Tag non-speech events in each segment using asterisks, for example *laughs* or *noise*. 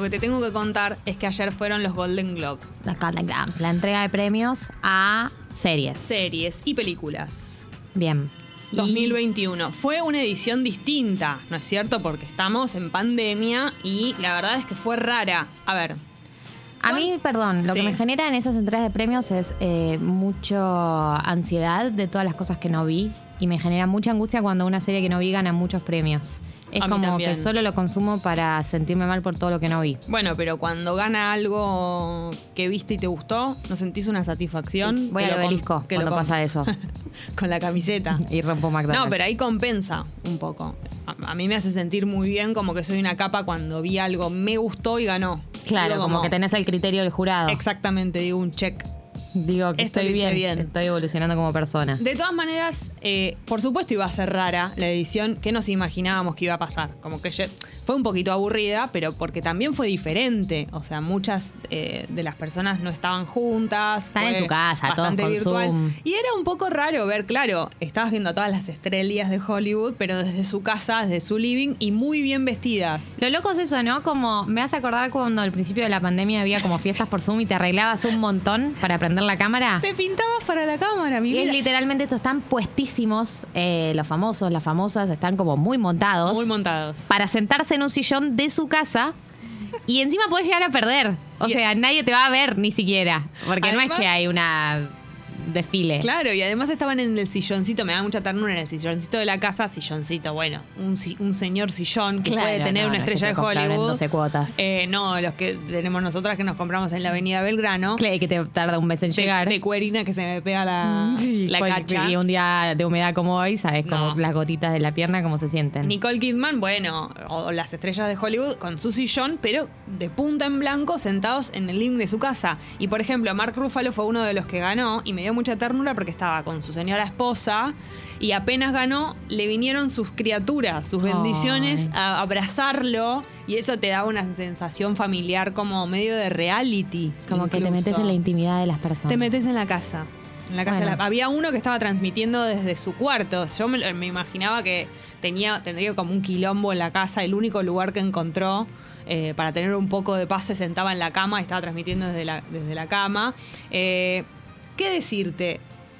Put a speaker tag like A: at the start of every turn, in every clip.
A: que te tengo que contar es que ayer fueron los Golden Globe.
B: Los Golden Globes, la entrega de premios a series.
A: Series y películas.
B: Bien. Y-
A: 2021. Fue una edición distinta, ¿no es cierto? Porque estamos en pandemia y la verdad es que fue rara. A ver,
B: A mí, perdón, lo
A: Sí.
B: que me genera en esas entregas de premios es eh, mucho ansiedad de todas las cosas que no vi y me genera mucha angustia cuando una serie que no vi gana muchos premios. Es
A: A mí
B: como
A: también.
B: que solo lo consumo para sentirme mal por todo lo que no vi.
A: bueno, pero cuando gana algo que viste y te gustó, ¿no sentís una satisfacción? Que
B: Voy al
A: lo com-
B: obelisco
A: que lo
B: cuando
A: com-
B: pasa eso
A: Con la
B: *laughs*
A: camiseta.
B: y rompo
A: *laughs*
B: McDonald's.
A: No, pero ahí compensa un poco. A, a mí me hace sentir muy bien como que soy una capa cuando vi algo, me gustó y ganó.
B: Claro,
A: Digo
B: como, que tenés el criterio del jurado.
A: Exactamente, digo un check.
B: Digo que
A: Esto
B: estoy
A: lo hice
B: bien,
A: bien.
B: estoy evolucionando como persona.
A: De todas maneras, eh, por supuesto iba a ser rara la edición que nos imaginábamos que iba a pasar. Como que ye- fue un poquito aburrida, pero porque también fue diferente. O sea, muchas eh, de las personas no estaban juntas.
B: Están
A: fue
B: en su casa, todos
A: bastante
B: con
A: virtual.
B: Zoom.
A: Y era un poco raro ver, claro, estabas viendo a todas las estrellas de Hollywood, pero desde su casa, desde su living y muy bien vestidas.
B: Lo loco es eso, ¿no? Como me hace acordar cuando al principio de la pandemia había como fiestas por Zoom y te arreglabas un montón para prender la cámara.
A: Te pintabas para la cámara, mi
B: Y es
A: vida.
B: literalmente estos están puestísimos, eh, los famosos, las famosas, están como muy montados.
A: Muy montados.
B: Para sentarse en un sillón de su casa y encima podés llegar a perder. O
A: Y-
B: sea, nadie te va a ver ni siquiera. Porque no
A: Además-
B: es que hay una desfile.
A: Claro, y además estaban en el silloncito, me da mucha ternura en el silloncito de la casa, silloncito, bueno, un, si- un señor sillón que
B: Claro,
A: puede tener
B: no,
A: una
B: no es que
A: estrella
B: se
A: de
B: compraron en
A: Hollywood.
B: 12 cuotas.
A: Eh, no, los que tenemos nosotras que nos compramos en la Avenida Belgrano.
B: Claro, que te tarda un mes en
A: De,
B: llegar. Ah,
A: de cuerina que se me pega la,
B: *laughs* Sí,
A: la
B: cual-
A: cacha.
B: Y un día de humedad como hoy, sabes como
A: No.
B: las gotitas de la pierna cómo se sienten.
A: Nicole Kidman, bueno, o o las estrellas de Hollywood con su sillón, pero de punta en blanco sentados en el living de su casa. Y por ejemplo, Mark Ruffalo fue uno de los que ganó y me dio mucha ternura porque estaba con su señora esposa y apenas ganó le vinieron sus criaturas, sus bendiciones
B: Ay.
A: a abrazarlo y eso te daba una sensación familiar como medio de reality.
B: como que te
A: incluso.
B: metes en la intimidad de las personas.
A: Te metes en la casa. En la casa de la-
B: Bueno.
A: había uno que estaba transmitiendo desde su cuarto. Yo me, lo- me imaginaba que tenía, tendría como un quilombo en la casa, el único lugar que encontró. eh, para tener un poco de paz se sentaba en la cama y estaba transmitiendo desde la, desde la cama. Eh, ¿Qué decirte?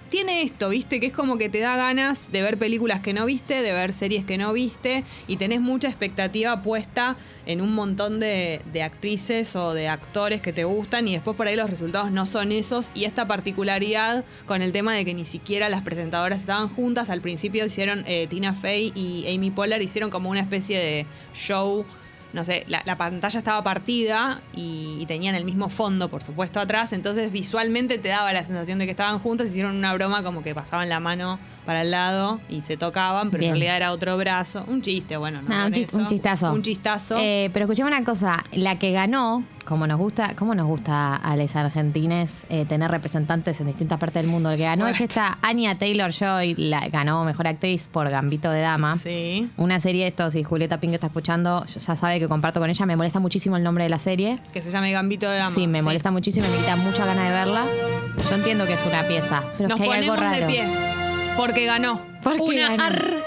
A: Tiene esto, ¿viste? Que es como que te da ganas de ver películas que no viste, de ver series que no viste y tenés mucha expectativa puesta en un montón de, de actrices o de actores que te gustan y después por ahí los resultados no son esos y esta particularidad con el tema de que ni siquiera las presentadoras estaban juntas, al principio hicieron eh, Tina Fey y Amy Poehler hicieron como una especie de show no sé, la, la pantalla estaba partida y, y tenían el mismo fondo, por supuesto, atrás, entonces visualmente te daba la sensación de que estaban juntas, hicieron una broma como que pasaban la mano para el lado y se tocaban, pero en
B: Bien.
A: realidad era otro brazo, un chiste, bueno, no,
B: No,
A: con
B: un, chi-
A: eso.
B: un chistazo.
A: Un chistazo.
B: Eh, pero escuchame una cosa, la que ganó, como nos gusta, como nos gusta a los argentines eh, tener representantes en distintas partes del mundo, la que ganó es esta Anya Taylor Joy, la ganó mejor actriz por Gambito de Dama.
A: sí.
B: Una serie de estos, si Julieta Pink está escuchando, ya sabe que comparto con ella, me molesta muchísimo el nombre de la serie.
A: Que se llame Gambito de Dama.
B: Sí, me molesta muchísimo y me quita muchas ganas de verla. Yo entiendo que es una pieza, pero
A: Nos
B: es que hay algo
A: ponemos
B: raro.
A: de pie. Porque ganó.
B: Porque
A: una
B: ganó.
A: Argentina.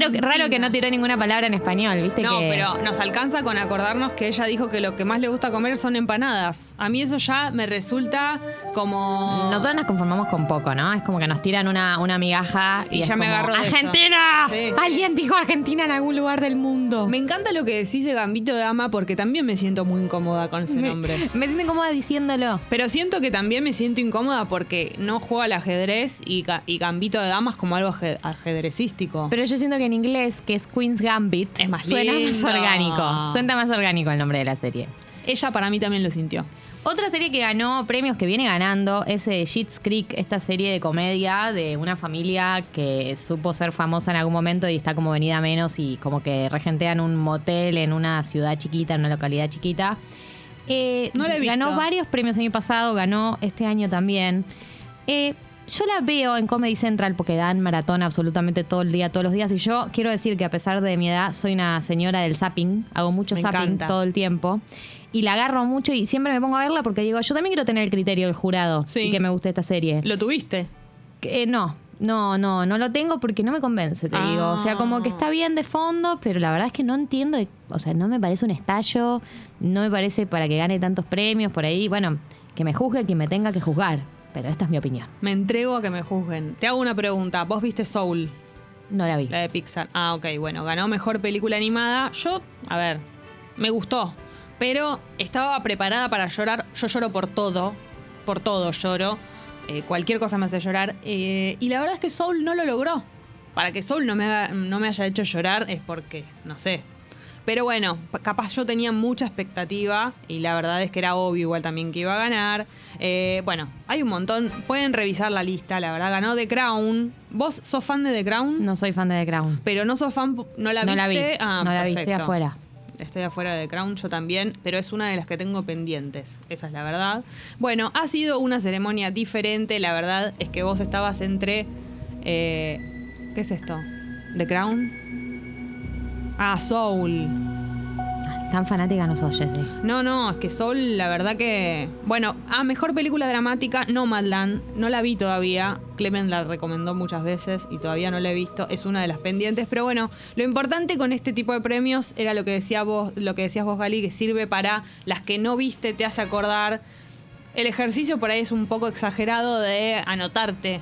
B: Raro, raro que no tiró ninguna palabra en español, ¿viste?
A: No,
B: que
A: pero nos alcanza con acordarnos que ella dijo que lo que más le gusta comer son empanadas. A mí eso ya me resulta como.
B: Nosotros nos conformamos con poco, ¿no? Es como que nos tiran una, una migaja y,
A: Y
B: es
A: ya me
B: como,
A: agarro de eso.
B: ¡Argentina!
A: Sí, sí.
B: Alguien dijo Argentina en algún lugar del mundo.
A: Me encanta lo que decís de Gambito de Dama porque también me siento muy incómoda con ese nombre.
B: me siento cómoda diciéndolo.
A: Pero siento que también me siento incómoda porque no juego al ajedrez y, ga- y Gambito de Damas como algo aje- ajedrecístico.
B: Pero yo siento que en inglés, que es Queen's Gambit,
A: Es más
B: suena
A: lindo.
B: más orgánico. Suena más orgánico el nombre de la serie.
A: Ella para mí también lo sintió.
B: Otra serie que ganó premios que viene ganando es eh, Schitt's Creek, esta serie de comedia de una familia que supo ser famosa en algún momento y está como venida menos y como que regentean un motel en una ciudad chiquita, en una localidad chiquita. Eh,
A: No la he
B: Ganó
A: visto.
B: varios premios el año pasado, ganó este año también. Eh, yo la veo en Comedy Central porque dan maratón absolutamente todo el día, todos los días. Y yo quiero decir que a pesar de mi edad, soy una señora del zapping. Hago mucho
A: Me
B: zapping
A: encanta.
B: todo el tiempo. Y la agarro mucho y siempre me pongo a verla porque digo, yo también quiero tener el criterio del jurado
A: Sí.
B: y que me guste esta serie.
A: Lo tuviste.
B: Eh, no, No, no, no lo tengo porque no me convence, te
A: Ah.
B: digo. O sea, como que está bien de fondo, pero la verdad es que no entiendo, de- o sea, no me parece un estallo, no me parece para que gane tantos premios por ahí. Bueno, que me juzgue quien me tenga que juzgar, pero esta es mi opinión.
A: Me entrego a que me juzguen. Te hago una pregunta. ¿Vos viste Soul,
B: No la vi.
A: la de Pixar? Ah, ok, bueno, ganó mejor película animada. Yo, a ver, me gustó, pero estaba preparada para llorar. Yo lloro por todo, por todo lloro. Eh, cualquier cosa me hace llorar. Eh, y la verdad es que Soul no lo logró. Para que Soul no me, haga- no me haya hecho llorar es porque, no sé. Pero bueno, pa- capaz yo tenía mucha expectativa y la verdad es que era obvio igual también que iba a ganar. Eh, bueno, hay un montón. Pueden revisar la lista, la verdad. Ganó The Crown. ¿Vos sos fan de The Crown?
B: No soy fan de The Crown.
A: Pero no sos fan, no la
B: no
A: viste.
B: la vi.
A: Ah,
B: no la vi, estoy
A: perfecto.
B: afuera.
A: Estoy afuera de Crown, yo también, pero es una de las que tengo pendientes, esa es la verdad. Bueno, ha sido una ceremonia diferente, la verdad es que vos estabas entre... eh, ¿Qué es esto? ¿The Crown? Ah, Soul.
B: Tan fanática no soy, Jessy.
A: No, no, es que Soul, la verdad que... Bueno, ah, mejor película dramática, Nomadland, no la vi todavía, Clemen la recomendó muchas veces y todavía no la he visto, es una de las pendientes, pero bueno, lo importante con este tipo de premios era lo que, decía vos, lo que decías vos, Gali, que sirve para las que no viste, te hace acordar. El ejercicio por ahí es un poco exagerado de anotarte,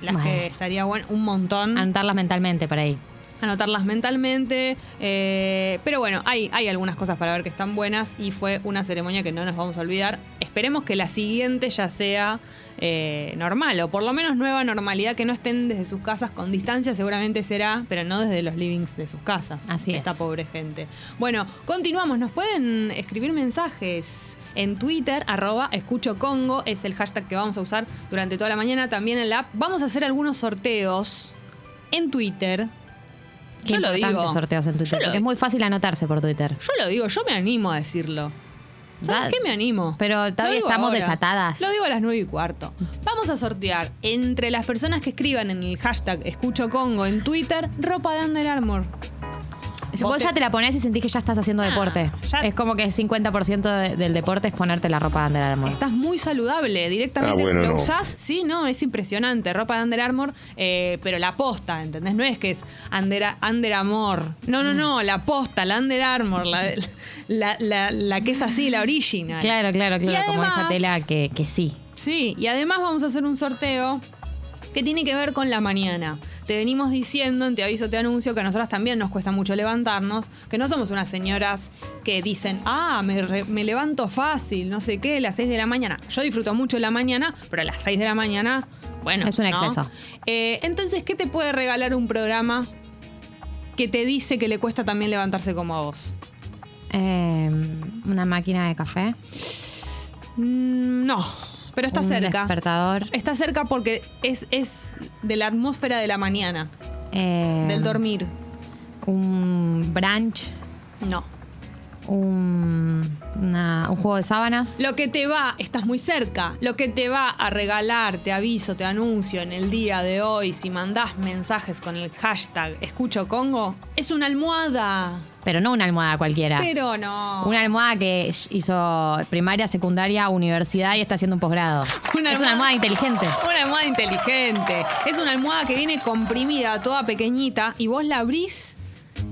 A: las
B: Bueno.
A: que estaría bueno, un montón
B: Anotarlas mentalmente para ahí.
A: anotarlas mentalmente. eh, pero bueno, hay, hay algunas cosas para ver que están buenas y fue una ceremonia que no nos vamos a olvidar. Esperemos que la siguiente ya sea eh, normal o por lo menos nueva normalidad, que no estén desde sus casas con distancia, seguramente será, pero no desde los livings de sus casas.
B: Así
A: Esta
B: es.
A: pobre gente. Bueno, continuamos. Nos pueden escribir mensajes. En Twitter, arroba escucho Congo, es el hashtag que vamos a usar durante toda la mañana. También en la app vamos a hacer algunos sorteos en Twitter.
B: Qué
A: Yo lo
B: importante
A: digo.
B: sorteos en Twitter.
A: Yo lo-
B: porque es muy fácil anotarse por Twitter.
A: Yo lo digo, yo me animo a decirlo. ¿Sabes
B: Da-
A: qué me animo?
B: Pero
A: Lo
B: todavía
A: digo
B: estamos
A: ahora.
B: desatadas.
A: Lo digo a las 9 y cuarto. Vamos a sortear entre las personas que escriban en el hashtag Escucho Congo en Twitter ropa de Under Armour.
B: Vos,
A: Vos te-
B: ya te la ponés y sentís que ya estás haciendo
A: Ah,
B: deporte.
A: ya-
B: Es como que el 50% de- del deporte es ponerte la ropa de Under Armour.
A: Estás muy saludable, directamente
C: Ah, bueno,
A: lo
C: no.
A: usás, sí, no, es impresionante, ropa de Under Armour, eh, pero la posta, ¿entendés? No es que es Under, Under Amor, no, no, no, la posta, la Under Armour, la, la, la- la que es así, la original.
B: Claro, claro,
A: Y
B: claro. como esa
A: además-
B: tela que, que sí.
A: Sí, y además vamos a hacer un sorteo que tiene que ver con la mañana. Te venimos diciendo, en te aviso, te anuncio, que a nosotras también nos cuesta mucho levantarnos, que no somos unas señoras que dicen, ah, me, re- me levanto fácil, no sé qué, las 6 de la mañana. Yo disfruto mucho la mañana, pero a las 6 de la mañana, bueno.
B: Es un
A: ¿no?
B: exceso.
A: Eh, entonces, ¿qué te puede regalar un programa que te dice que le cuesta también levantarse como a vos?
B: Eh, una máquina de café.
A: Mm, no, pero está
B: un
A: cerca.
B: despertador.
A: Está cerca porque es, es de la atmósfera de la mañana,
B: eh,
A: del dormir.
B: Un brunch.
A: No.
B: Un, una- un juego de sábanas.
A: Lo que te va, estás muy cerca, lo que te va a regalar, te aviso, te anuncio en el día de hoy, si mandás mensajes con el hashtag Escucho Congo, es una almohada.
B: Pero no una almohada cualquiera.
A: Pero no.
B: Una almohada que hizo primaria, secundaria, universidad y está haciendo un posgrado.
A: Una
B: es una
A: almohada-
B: almohada inteligente.
A: Una almohada inteligente. Es una almohada que viene comprimida, toda pequeñita, y vos la abrís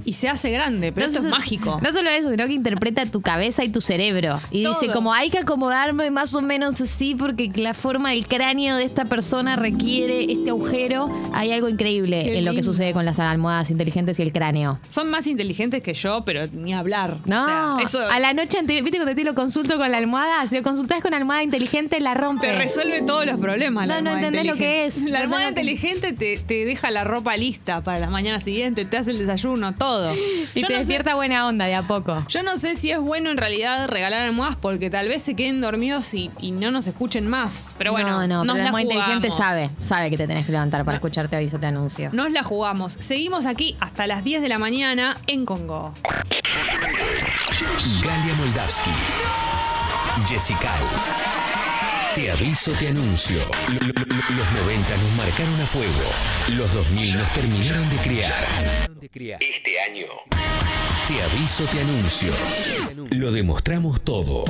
A: y se hace grande. Pero esto es
B: so-
A: mágico.
B: No solo eso, sino que interpreta tu cabeza y tu cerebro. Y
A: Todo.
B: dice, como hay que acomodarme más o menos así porque la forma del cráneo de esta persona requiere este agujero. Hay algo increíble
A: Qué
B: en lo que
A: lindo.
B: sucede con las almohadas inteligentes y el cráneo.
A: Son más inteligentes que yo, pero ni hablar.
B: No,
A: O sea, eso
B: a la noche anterior, viste cuando te lo consulto con la almohada, si lo consultás con almohada inteligente la rompe.
A: Te resuelve todos los problemas. la
B: No, no
A: almohada
B: entendés lo que
A: inteligente.
B: es.
A: La
B: No,
A: almohada
B: no, no te-
A: inteligente te, te deja la ropa lista para la mañana siguiente, te hace el desayuno, todo.
B: y te
A: no sé,
B: despierta buena onda de a poco.
A: yo no sé si es bueno en realidad regalar almohadas porque tal vez se queden dormidos y, y no nos escuchen más. Pero bueno,
B: no, no,
A: nos
B: pero
A: la
B: la almohada inteligente
A: jugamos.
B: sabe, sabe que te tenés que levantar para escucharte aviso, te anuncio.
A: Nos la jugamos. Seguimos aquí hasta las 10 de la mañana en Congo.
D: Galia Moldavsky. Jessica. Al. Te aviso, te anuncio. Lo- lo- lo- Los 90 nos marcaron a fuego. Los 2000 nos terminaron de criar. Este año. Te aviso, te anuncio. Lo demostramos todo.